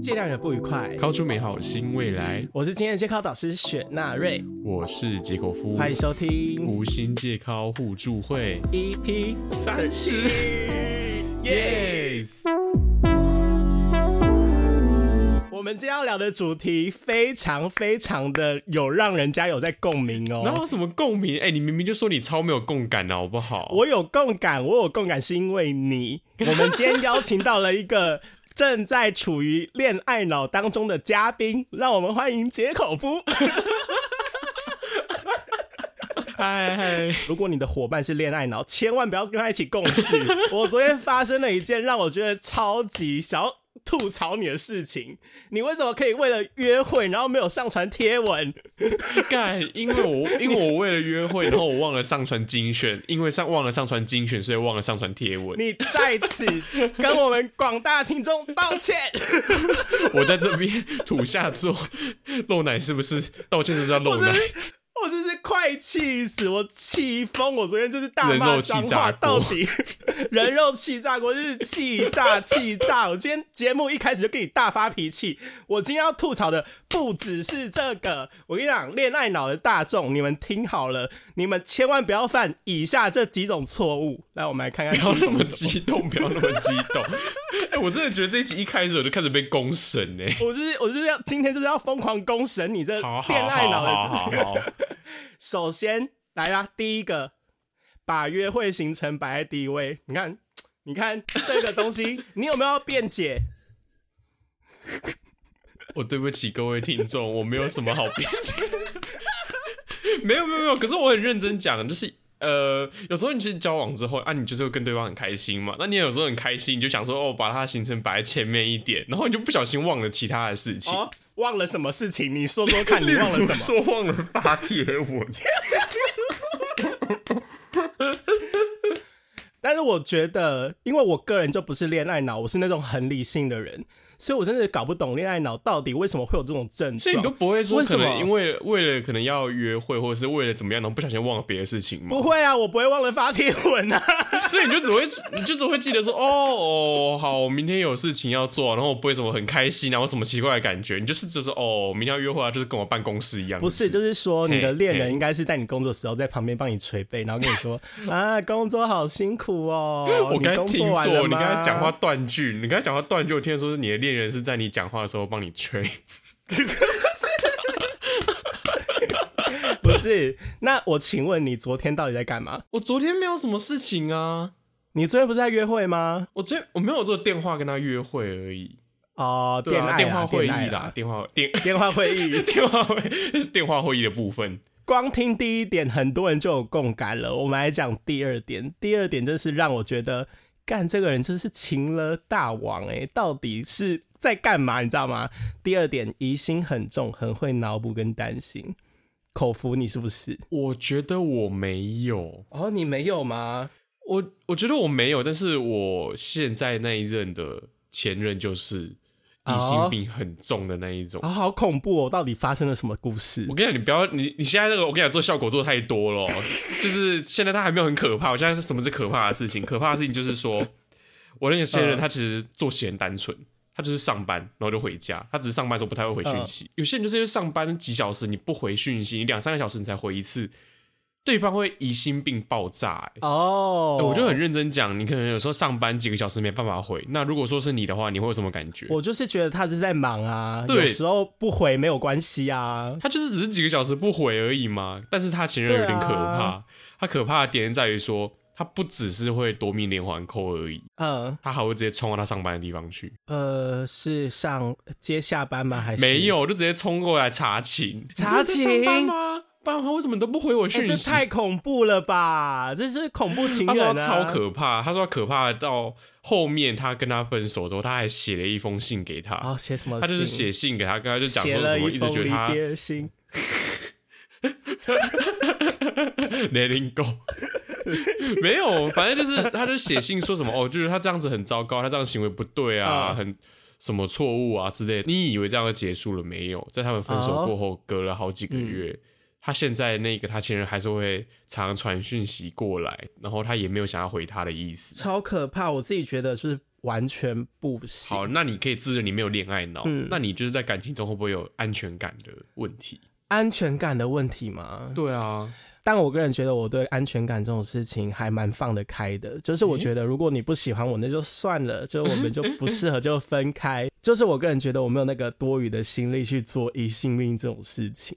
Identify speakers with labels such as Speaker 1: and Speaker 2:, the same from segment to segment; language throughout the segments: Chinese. Speaker 1: 尽量的不愉快。
Speaker 2: 敲出美好新未来。
Speaker 1: 我是今天的监考导师雪纳瑞，
Speaker 2: 我是杰口夫，
Speaker 1: 欢迎收听
Speaker 2: 无心借考互助会
Speaker 1: EP
Speaker 2: 三十。Yes，
Speaker 1: 我们今天要聊的主题非常非常的有让人家有在共鸣
Speaker 2: 哪
Speaker 1: 哦。
Speaker 2: 有什么共鸣？哎、你明明就说你超没有共感的啊好不好？
Speaker 1: 我有共感，我有共感是因为 你。我们今天邀请到了一个正在处于恋爱脑当中的嘉宾，让我们欢迎杰口夫。
Speaker 2: 嗨嗨，
Speaker 1: 如果你的伙伴是恋爱脑，千万不要跟他一起共事。我昨天发生了一件让我觉得超级想要吐槽你的事情，你为什么可以为了约会然后没有上传贴文？
Speaker 2: 干！因为我因为我为了约会，然后我忘了上传精选，因为上忘了上传精选，所以忘了上传贴文。
Speaker 1: 你在此跟我们广大听众道歉。
Speaker 2: 我在这边土下座，漏奶是不是道歉？是不是要漏
Speaker 1: 我真
Speaker 2: 奶？
Speaker 1: 是，我真是快气死，我气疯！我昨天就是大
Speaker 2: 人
Speaker 1: 骂
Speaker 2: 肉气
Speaker 1: 脏话，
Speaker 2: 炸锅
Speaker 1: 到底人肉气炸锅就是气炸气炸！我今天节目一开始就跟你大发脾气，我今天要吐槽的不只是这个，我跟你讲，恋爱脑的大众，你们听好了，你们千万不要犯以下这几种错误。来，我们来看看，
Speaker 2: 不要那么激动，不要那么激动。 哎、我真的觉得这一集一开始我就开始被公审哎呢、
Speaker 1: 我就是我就是要今天就是要疯狂公审你这
Speaker 2: 好
Speaker 1: 恋
Speaker 2: 好
Speaker 1: 爱
Speaker 2: 好
Speaker 1: 脑的
Speaker 2: 好好好，
Speaker 1: 首先来啦，第一个，把约会行程摆在第一位。你看，你看这个东 西，你有没有要辩解？
Speaker 2: 我对不起各位听众，我没有什么好辩解。没有没有没有，可是我很认真讲，就是呃，有时候你去交往之后啊，你就是会跟对方很开心嘛。那你也有时候很开心，你就想说哦，把他的行程摆在前面一点，然后你就不小心忘了其他的事情。
Speaker 1: 哦，忘了什么事情？你说说看，你忘了什 么？
Speaker 2: 说忘了发贴文，
Speaker 1: 但是我觉得，因为我个人就不是恋爱脑，我是那种很理性的人，所以我真的搞不懂恋爱脑到底为什么会有这种症
Speaker 2: 所以你都
Speaker 1: 状。
Speaker 2: 不会说
Speaker 1: 为什
Speaker 2: 可
Speaker 1: 么
Speaker 2: 能因为为了可能要约会，或者是为了怎么样，然后不小心忘了别的事情吗？
Speaker 1: 不会啊，我不会忘了发贴文啊。
Speaker 2: 所以你就只会，你就只会记得说，哦哦，好，我明天有事情要做，然后我不会什么很开心啊，然后什么奇怪的感觉，你就是就是哦，明天要约会啊，就是跟我办公室一 样。
Speaker 1: 不是，就是说你的
Speaker 2: 嘿
Speaker 1: 恋人
Speaker 2: 嘿
Speaker 1: 应该是在你工作时候在旁边帮你捶背，然后跟你 说啊，工作好辛苦哦。
Speaker 2: 我
Speaker 1: 你
Speaker 2: 刚才
Speaker 1: 工
Speaker 2: 听
Speaker 1: 作完了
Speaker 2: 错，你刚才
Speaker 1: 吗
Speaker 2: 讲话断句，你刚才讲话断句，我听说是你的恋人是在你讲话的时候帮你吹，
Speaker 1: 不是，那我请问你昨天到底在干嘛？
Speaker 2: 我昨天没有什么事情啊，
Speaker 1: 你昨天不是在约会吗？
Speaker 2: 我昨天我没有做电话跟他约会而已，
Speaker 1: 哦，
Speaker 2: 对
Speaker 1: 恋爱
Speaker 2: 啊，
Speaker 1: 啊
Speaker 2: 电话会议
Speaker 1: 恋爱
Speaker 2: 啦
Speaker 1: 啊，
Speaker 2: 电话电。
Speaker 1: 电话会议
Speaker 2: 电话会是电话会议的部分。
Speaker 1: 光听第一点，很多人就有共感了。我们来讲第二点，第二点就是让我觉得，干这个人就是情了大王哎、到底是在干嘛？你知道吗？第二点，疑心很重，很会脑补跟担心。口服你是不是？
Speaker 2: 我觉得我没有，
Speaker 1: 哦，你没有吗？
Speaker 2: 我我觉得我没有，但是我现在那一任的前任就是疑
Speaker 1: 哦
Speaker 2: 心病很重的那一种。
Speaker 1: 啊、好恐怖哦！到底发生了什么故事
Speaker 2: 我？跟你讲，你不要你你现在这个，我跟你讲，做效果做太多了哦，就是现在他还没有很可怕。我现在是什么是可怕的事情？可怕的事情就是说，我那个
Speaker 1: 嗯
Speaker 2: 现任他其实做息很单纯，他就是上班然后就回家，他只是上班的时候不太会回
Speaker 1: 嗯
Speaker 2: 讯息。有些人就是因为上班几小时你不回讯息，你两三个小时你才回一次，对方会疑心病爆炸、欸。
Speaker 1: 哦、
Speaker 2: 欸我就很认真讲，你可能有时候上班几个小时没办法回。那如果说是你的话，你会有什么感觉？
Speaker 1: 我就是觉得他是在忙啊，
Speaker 2: 对
Speaker 1: 有时候不回没有关系啊。
Speaker 2: 他就是只是几个小时不回而已嘛。但是他前任有点可
Speaker 1: 对
Speaker 2: 怕，
Speaker 1: 啊
Speaker 2: 他可怕的点在于说，他不只是会夺命连环扣而已，
Speaker 1: 嗯
Speaker 2: 他还会直接冲到他上班的地方去。
Speaker 1: 呃，是上接下班吗？还是
Speaker 2: 没？有，就直接冲过来查寝。
Speaker 1: 查
Speaker 2: 你真的在上班
Speaker 1: 寝
Speaker 2: 吗？爸妈为什么你都不回我
Speaker 1: 哎、
Speaker 2: 讯
Speaker 1: 这
Speaker 2: 息？
Speaker 1: 太恐怖了吧！这是恐怖情
Speaker 2: 他说
Speaker 1: 人
Speaker 2: 他
Speaker 1: 啊，
Speaker 2: 超可怕，他说他可怕到后面他跟他分手之后，他还写了一封信给他，
Speaker 1: 啊！写、什么
Speaker 2: 他
Speaker 1: 信？
Speaker 2: 就是写信给他，跟他就讲
Speaker 1: 写
Speaker 2: 说
Speaker 1: 了
Speaker 2: 什么，
Speaker 1: 一
Speaker 2: 一直
Speaker 1: 封
Speaker 2: 觉得
Speaker 1: 离
Speaker 2: 他
Speaker 1: 别信，
Speaker 2: Let it go 没有，反正就是他就写信说什么哦，就是他这样子很糟糕，他这样行为不对啊，
Speaker 1: 嗯
Speaker 2: 很什么错误啊之类的。你以为这样就结束了没有？在他们分
Speaker 1: 哦
Speaker 2: 手过后，隔了好几个月，
Speaker 1: 嗯
Speaker 2: 他现在那个他前任还是会常常传讯息过来，然后他也没有想要回他的意思。
Speaker 1: 超可怕！我自己觉得就是完全不行。
Speaker 2: 好，那你可以自认你没有恋爱脑，
Speaker 1: 嗯
Speaker 2: 那你就是在感情中会不会有安全感的问题？
Speaker 1: 安全感的问题嘛，
Speaker 2: 对啊，
Speaker 1: 但我个人觉得我对安全感这种事情还蛮放得开的，就是
Speaker 2: 嗯
Speaker 1: 我觉得如果你不喜欢我，那就算了， 就我们就不适合就分开。 就是我个人觉得我没有那个多余的心力去做异性恋这种事情。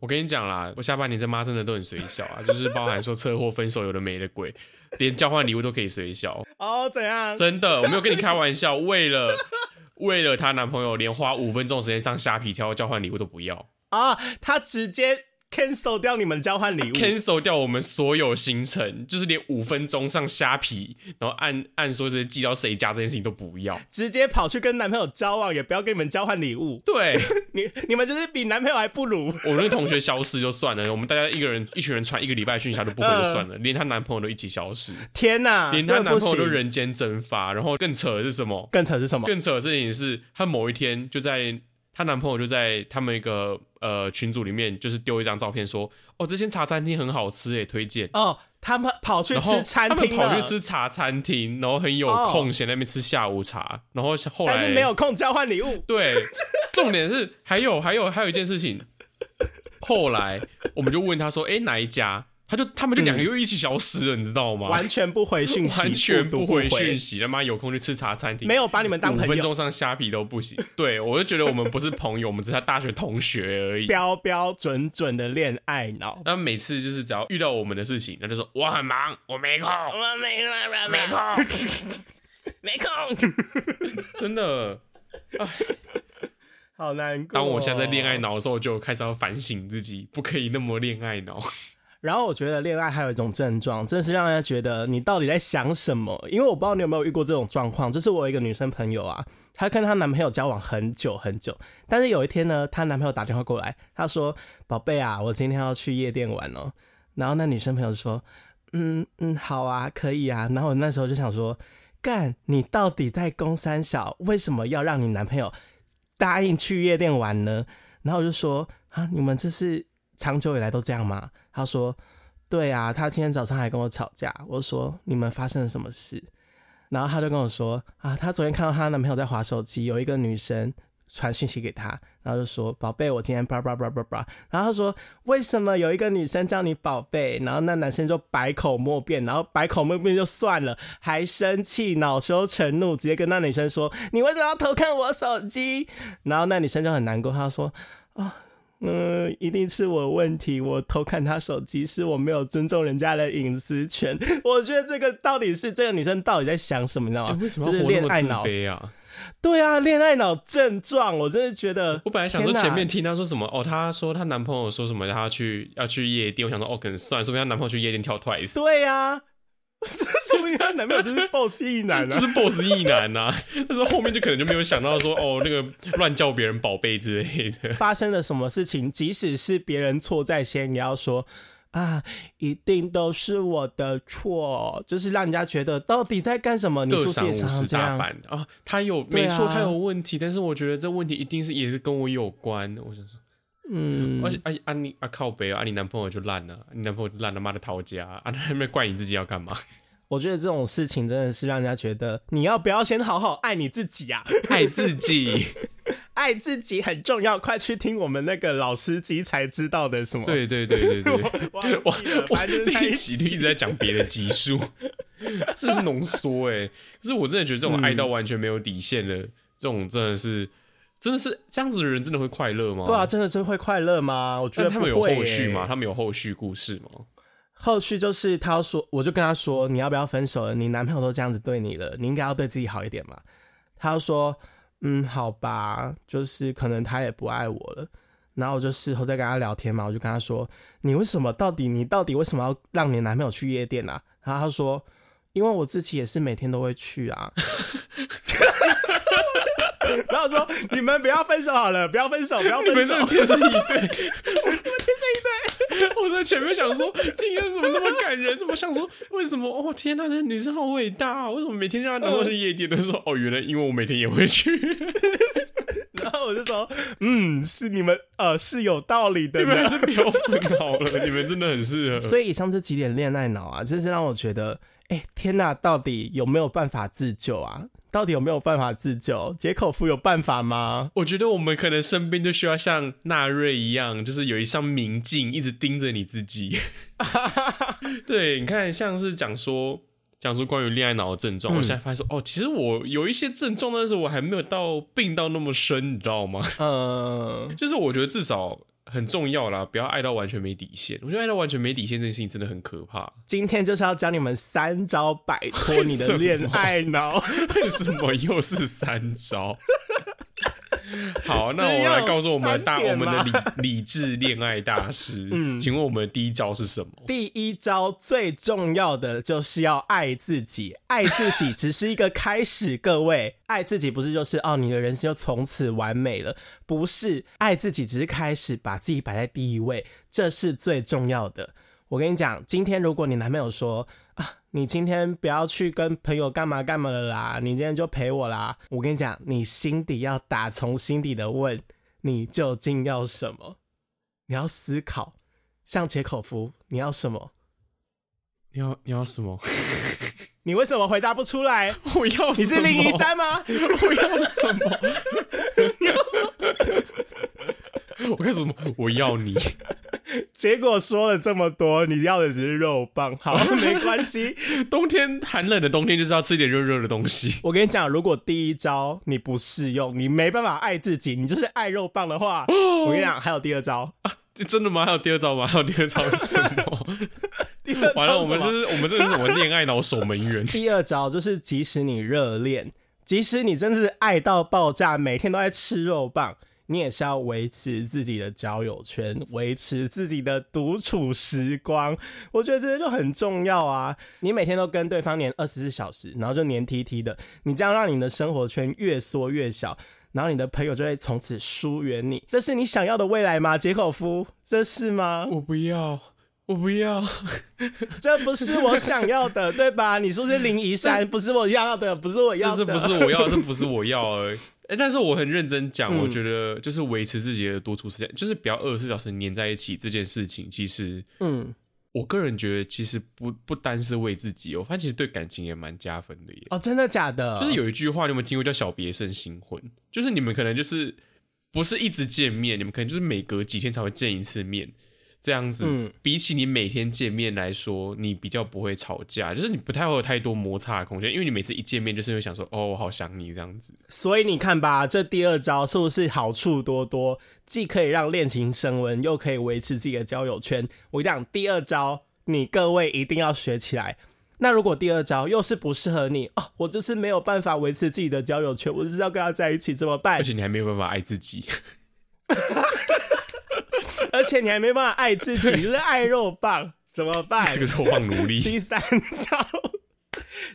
Speaker 2: 我跟你讲啦，我下半年这妈真的都很随小啊，就是包含说车祸、分手，有的没的鬼，连交换礼物都可以随小，
Speaker 1: 哦，怎样？
Speaker 2: 真的，我没有跟你开玩笑。为了为了她男朋友，连花五分钟时间上虾皮挑交换礼物都不要
Speaker 1: 啊，他直接 cancel 掉你们交换 礼物。
Speaker 2: ，cancel 掉我们所有行程，就是连五分钟上虾皮，然后按按说这些寄到谁家这件事情都不要。
Speaker 1: 直接跑去跟男朋友交往，也不要跟你们交换礼物。
Speaker 2: 对
Speaker 1: 你你们就是比男朋友还不如。
Speaker 2: 我那个同学消失就算了，我们大家一个人一群人传一个礼拜讯息她都不回就
Speaker 1: 嗯
Speaker 2: 算了，连她男朋友都一起消失，
Speaker 1: 天哪，
Speaker 2: 连她
Speaker 1: 真的啊
Speaker 2: 男
Speaker 1: 不
Speaker 2: 朋友都
Speaker 1: 行。
Speaker 2: 人间蒸发。然后更扯的是什么？
Speaker 1: 更扯是什么？
Speaker 2: 更扯的事情是，她某一天就在她男朋友就在他们一个呃群组里面，就是丢一张照片说，哦，这间茶餐厅很好吃诶，推荐。
Speaker 1: 哦，他们跑去
Speaker 2: 然后
Speaker 1: 吃餐
Speaker 2: 他们
Speaker 1: 厅
Speaker 2: 跑
Speaker 1: 了，
Speaker 2: 去吃茶餐厅，然后很有
Speaker 1: 哦
Speaker 2: 空闲在那边吃下午茶，然后后来
Speaker 1: 但是没有空交换礼物。
Speaker 2: 对，重点是还有还有还有一件事情，后来我们就问他说：“哎、哪一家？”他就他们就两个又一起消失了，你知道吗？
Speaker 1: 嗯完全不回讯息，
Speaker 2: 完全
Speaker 1: 不
Speaker 2: 不
Speaker 1: 读
Speaker 2: 回讯，息，他妈有空去吃茶餐厅，
Speaker 1: 没有把你们当
Speaker 2: 五
Speaker 1: 朋
Speaker 2: 分
Speaker 1: 友。
Speaker 2: 钟上虾皮都不行。 对我就觉得我们不是朋 友，我们只是他大学同学而已。
Speaker 1: 标标准准的恋爱脑，
Speaker 2: 那每次就是只要遇到我们的事情，他就说我很忙，我没 空，
Speaker 1: 我没空，
Speaker 2: 没 空，
Speaker 1: 没空，
Speaker 2: 真的。
Speaker 1: 好难过。
Speaker 2: 当我现在在恋爱，脑的时候，我就开始要反省自己，不可以那么恋爱脑。
Speaker 1: 然后我觉得恋爱还有一种症状，真是让人家觉得你到底在想什么？因为我不知道你有没有遇过这种状况，就是我有一个女生朋友啊，她跟她男朋友交往很久很久，但是有一天呢，她男朋友打电话过来，她说：“宝贝啊，我今天要去夜店玩哦。”然后那女生朋友说：“嗯嗯，好啊，可以啊。”然后我那时候就想说：“干，你到底在攻三小？为什么要让你男朋友答应去夜店玩呢？”然后我就说：“啊，你们这是长久以来都这样吗？”她说：“对啊，她今天早上还跟我吵架。”我说：“你们发生了什么事？”然后她就跟我说：“啊，她昨天看到她男朋友在划手机，有一个女生传讯息给她，然后就说：‘宝贝，我今天叭叭叭叭叭。’然后她说：‘为什么有一个女生叫你宝贝？’然后那男生就百口莫辩，然后百口莫辩就算了，还生气、恼羞成怒，直接跟那女生说：‘你为什么要偷看我手机？’然后那女生就很难过，她说：‘啊嗯，一定是我的问题，我偷看她手机是我没有尊重人家的隐私权。我觉得这个到底是这个女生到底在想什么，你知道吗？
Speaker 2: 为什么
Speaker 1: 就是
Speaker 2: 要活那
Speaker 1: 恋
Speaker 2: 么
Speaker 1: 爱
Speaker 2: 自
Speaker 1: 脑，
Speaker 2: 卑啊？
Speaker 1: 对啊，恋爱脑症状，我真的觉得
Speaker 2: 我本来想说
Speaker 1: 天哪
Speaker 2: 前面听她说什么哦，她说她男朋友说什么她要去要去夜店，我想说哦，可能算了，说不定她男朋友去夜店跳 twice，
Speaker 1: 对啊， 说明她男朋友就是 boss 一男
Speaker 2: 就
Speaker 1: 啊。
Speaker 2: 是 boss 一男呐、啊。 但是后面就可能就没有想到说哦，那个乱叫别人宝贝之类的。
Speaker 1: 发生了什么事情，即使是别人错在先，也要说。啊，一定都是我的错，就是让人家觉得到底在干什么？你
Speaker 2: 各
Speaker 1: 是不是
Speaker 2: 赏
Speaker 1: 也
Speaker 2: 五
Speaker 1: 常常
Speaker 2: 十
Speaker 1: 这
Speaker 2: 大
Speaker 1: 样？
Speaker 2: 板啊，他有
Speaker 1: 对
Speaker 2: 没
Speaker 1: 啊
Speaker 2: 错，他有问题，但是我觉得这问题一定是也是跟我有关。我想说，
Speaker 1: 嗯，
Speaker 2: 而且啊啊你啊靠北啊，啊你男朋友就烂了、你男朋友就烂他妈的逃家啊，那那怪你自己要干嘛？
Speaker 1: 我觉得这种事情真的是让人家觉得，你要不要先好好爱你自己啊？
Speaker 2: 爱自己。
Speaker 1: 爱自己很重要，快去听我们那个老司机才知道的什么。，
Speaker 2: 对对对对对。
Speaker 1: 我
Speaker 2: 我
Speaker 1: 忘记了
Speaker 2: 我
Speaker 1: 反正就是在
Speaker 2: 这一
Speaker 1: 一
Speaker 2: 集一直
Speaker 1: 起。
Speaker 2: 在讲别的集数， 这是浓缩哎。可是我真的觉得这种爱
Speaker 1: 嗯
Speaker 2: 到完全没有底线的，这种真的是，真的是这样子的人真的会快乐吗？
Speaker 1: 对啊，，真的是会快乐吗？我觉
Speaker 2: 哦但
Speaker 1: 得
Speaker 2: 他
Speaker 1: 不
Speaker 2: 们
Speaker 1: 会、欸
Speaker 2: 有后续吗？？他们有后续故事吗？
Speaker 1: 后续就是他说，我就跟他说，你要不要分手了？你男朋友都这样子对你了，你应该要对自己好一点嘛。他就说，嗯，好吧，就是可能他也不爱我了。然后我就事后再跟他聊天嘛，我就跟他说，你为什么到底你到底为什么要让你男朋友去夜店啊？然后他说，因为我自己也是每天都会去啊。 然后我说，你们不要分手好了，不要分手，不要
Speaker 2: 你
Speaker 1: 分
Speaker 2: 们
Speaker 1: 手
Speaker 2: 真的，天生一对， 我在前面想说，今天怎么那么感人？怎么想说，为什么？哦天呐，这女生好伟大、啊！为什么每天让她男朋友去夜店？都说哦，原来因为我每天也会去，
Speaker 1: 然后我就说，嗯，是你们呃是有道理的
Speaker 2: 你
Speaker 1: 呢，
Speaker 2: 们还是不要分好了，你们真的很适 合。
Speaker 1: 所以以上这几点恋爱脑啊，真是让我觉得，哎、天呐，到底有没有办法自救啊？到底有没有办法自救？解口服有办法吗？
Speaker 2: 我觉得我们可能身边就需要像纳瑞一样，就是有一扇明镜一直盯着你自己。对，你看，像是讲说讲说关于恋爱脑的症
Speaker 1: 嗯
Speaker 2: 状，我现在发现说，哦，其实我有一些症状，但是我还没有到病到那么深，你知道吗？
Speaker 1: 嗯，
Speaker 2: 就是我觉得至少很重要啦，不要爱到完全没底线。我觉得爱到完全没底线这件事情真的很可怕。
Speaker 1: 今天就是要教你们三招摆脱你的恋爱脑，
Speaker 2: 为什么又是三 招？好，那
Speaker 1: 只
Speaker 2: 我
Speaker 1: 有
Speaker 2: 来告诉我们的大
Speaker 1: 三点
Speaker 2: 我们的
Speaker 1: 吗
Speaker 2: 理理智恋爱大师。
Speaker 1: 嗯
Speaker 2: 请问我们的第一招是什么？
Speaker 1: 第一招最重要的就是要爱自己，爱自己只是一个开始，各位，爱自己不是就是哦，你的人生就从此完美了，不是，爱自己只是开始，把自己摆在第一位，这是最重要的。我跟你讲，今天如果你男朋友说啊，你今天不要去跟朋友干嘛干嘛了啦，你今天就陪我啦，我跟你讲，你心底要打从心底的问，你究竟要什么？你要思考。像解口服，你要什么？
Speaker 2: 你要你要什么？
Speaker 1: 你为什么回答不出 来？
Speaker 2: 我要
Speaker 1: 你是
Speaker 2: 什么
Speaker 1: 林一，山吗？
Speaker 2: 我要什么？
Speaker 1: 你要什么？
Speaker 2: 我要什么？我要你。
Speaker 1: 结果说了这么多，你要的只是肉棒，好，没关系。
Speaker 2: 冬天寒冷的冬天就是要吃一点热热的东西。
Speaker 1: 我跟你讲，如果第一招你不适用，你没办法爱自己，你就是爱肉棒的 话，我跟你讲，还有第二招，
Speaker 2: 真的吗？还有第二招吗？还有第二招是什么？
Speaker 1: 第二招
Speaker 2: 完了，我们
Speaker 1: 什么
Speaker 2: 是，我们这是什么恋爱脑守门 员？
Speaker 1: 第二招就是，即使你热恋，即使你真是爱到爆炸，每天都在吃肉棒，你也是要维持自己的交友圈，维持自己的独处时光。我觉得这些就很重要啊！你每天都跟对方黏二十四小时，然后就黏 T T 的，你这样让你的生活圈越缩越小。然后你的朋友就会从此疏远你，这是你想要的未来吗？杰口夫，这是吗？
Speaker 2: 我不要，我不要。
Speaker 1: 这不是我想要的，对 吧？你说是林怡山，不是我要的，不是我要
Speaker 2: 这
Speaker 1: 的，
Speaker 2: 这不是我要，这不是我要 而已。哎、但是我很认真讲，
Speaker 1: 嗯
Speaker 2: 我觉得就是维持自己的独处时间，就是不要二十四小时黏在一起这件事情，其实
Speaker 1: 嗯，
Speaker 2: 我个人觉得，其实不不单是为自己，我发现其实对感情也蛮加分的耶。
Speaker 1: 哦，真的假的？
Speaker 2: 就是有一句话，你有没有听过叫“小别胜新婚”？就是你们可能就是不是一直见面，你们可能就是每隔几天才会见一次面，这样子。
Speaker 1: 嗯
Speaker 2: 比起你每天见面来说，你比较不会吵架，就是你不太会有太多摩擦的空间，因为你每次一见面就是会想说：“哦，我好想你”这样子。
Speaker 1: 所以你看吧，这第二招是不是好处多多？既可以让恋情升温，又可以维持自己的交友圈。我跟你讲，第二招你各位一定要学起来。那如果第二招又是不适合你哦，我就是没有办法维持自己的交友圈，我就是要跟他在一起，怎么办
Speaker 2: 而？且你还没有办法爱自己，
Speaker 1: 而且你还没办法爱自己，你就是爱肉棒，怎么办？
Speaker 2: 这个肉棒 奴隶。
Speaker 1: 第三招，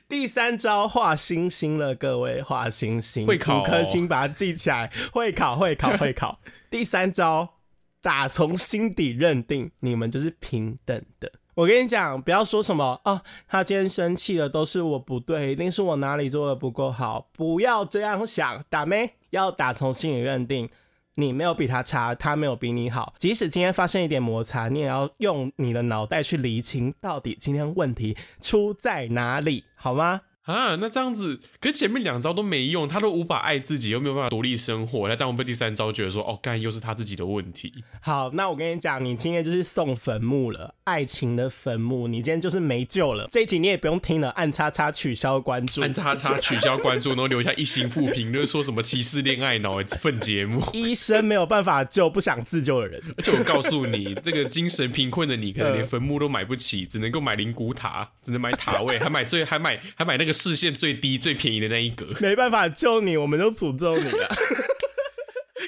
Speaker 1: 第三招画星星了，各位画星星，
Speaker 2: 会考哦
Speaker 1: 五颗星把它记起来，会考会考会考。第三招，打从心底认定你们就是平等的。我跟你讲，不要说什么哦，他今天生气了，都是我不对，一定是我哪里做的不够好，不要这样想，打妹要打从心里认定。你没有比他差，他没有比你好。即使今天发生一点摩擦，你也要用你的脑袋去厘清，到底今天问题出在哪里，好吗？
Speaker 2: 啊，那这样子，可是前面两招都没用，他都无法爱自己，又没有办法独立生活，那这样会被第三招觉得说，哦，干又是他自己的问题。
Speaker 1: 好，那我跟你讲，你今天就是送坟墓了，爱情的坟墓，你今天就是没救了。这一集你也不用听了，按叉叉取消关注。
Speaker 2: 按叉叉取消关注，然后留下一星负评论，说什么歧视恋爱脑这份节目。
Speaker 1: 医生没有办法救不想自救的人，
Speaker 2: 而且我告诉你，这个精神贫困的你，可能连坟墓都买不起，只能够买灵骨塔，只能买塔 位，还买最还买还买那个视线最低最便宜的那一格。
Speaker 1: 没办法救你，我们就诅咒你了。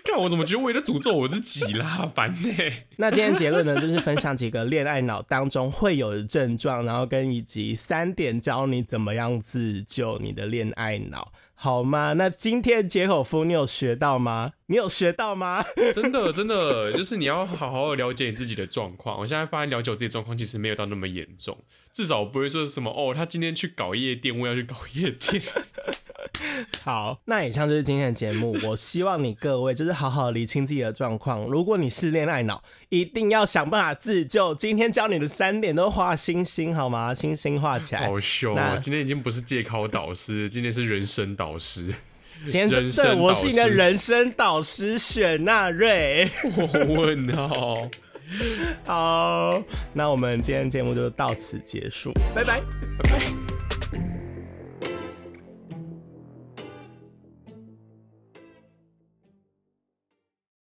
Speaker 2: 看我怎么觉得我也在诅咒我自己啦， 烦欸呢、
Speaker 1: 那今天结论呢，就是分享几个恋爱脑当中会有的症状，然后跟以及三点教你怎么样自救你的恋爱脑，好吗？那今天解口夫你有学到吗？你有学到吗？
Speaker 2: 真的，真的，就是你要好好了解你自己的状况。我现在发现了解我自己的状况其实没有到那么严重，至少不会说什么哦，他今天去搞夜店，我也要去搞夜店。
Speaker 1: 好，那以上就是今天的节目。我希望你各位就是好好理清自己的状况。如果你是恋爱脑，一定要想办法自救。今天教你的三点都画星星好吗？星星画起来。
Speaker 2: 好凶
Speaker 1: 哎那
Speaker 2: 哦！今天已经不是借考导师，今天是人生导师。
Speaker 1: 今天
Speaker 2: 人生
Speaker 1: 对我是你的
Speaker 2: 导师
Speaker 1: 人生导师雪纳瑞。
Speaker 2: 问号，
Speaker 1: 好，那我们今天节目就到此结束，拜拜。
Speaker 2: 拜拜。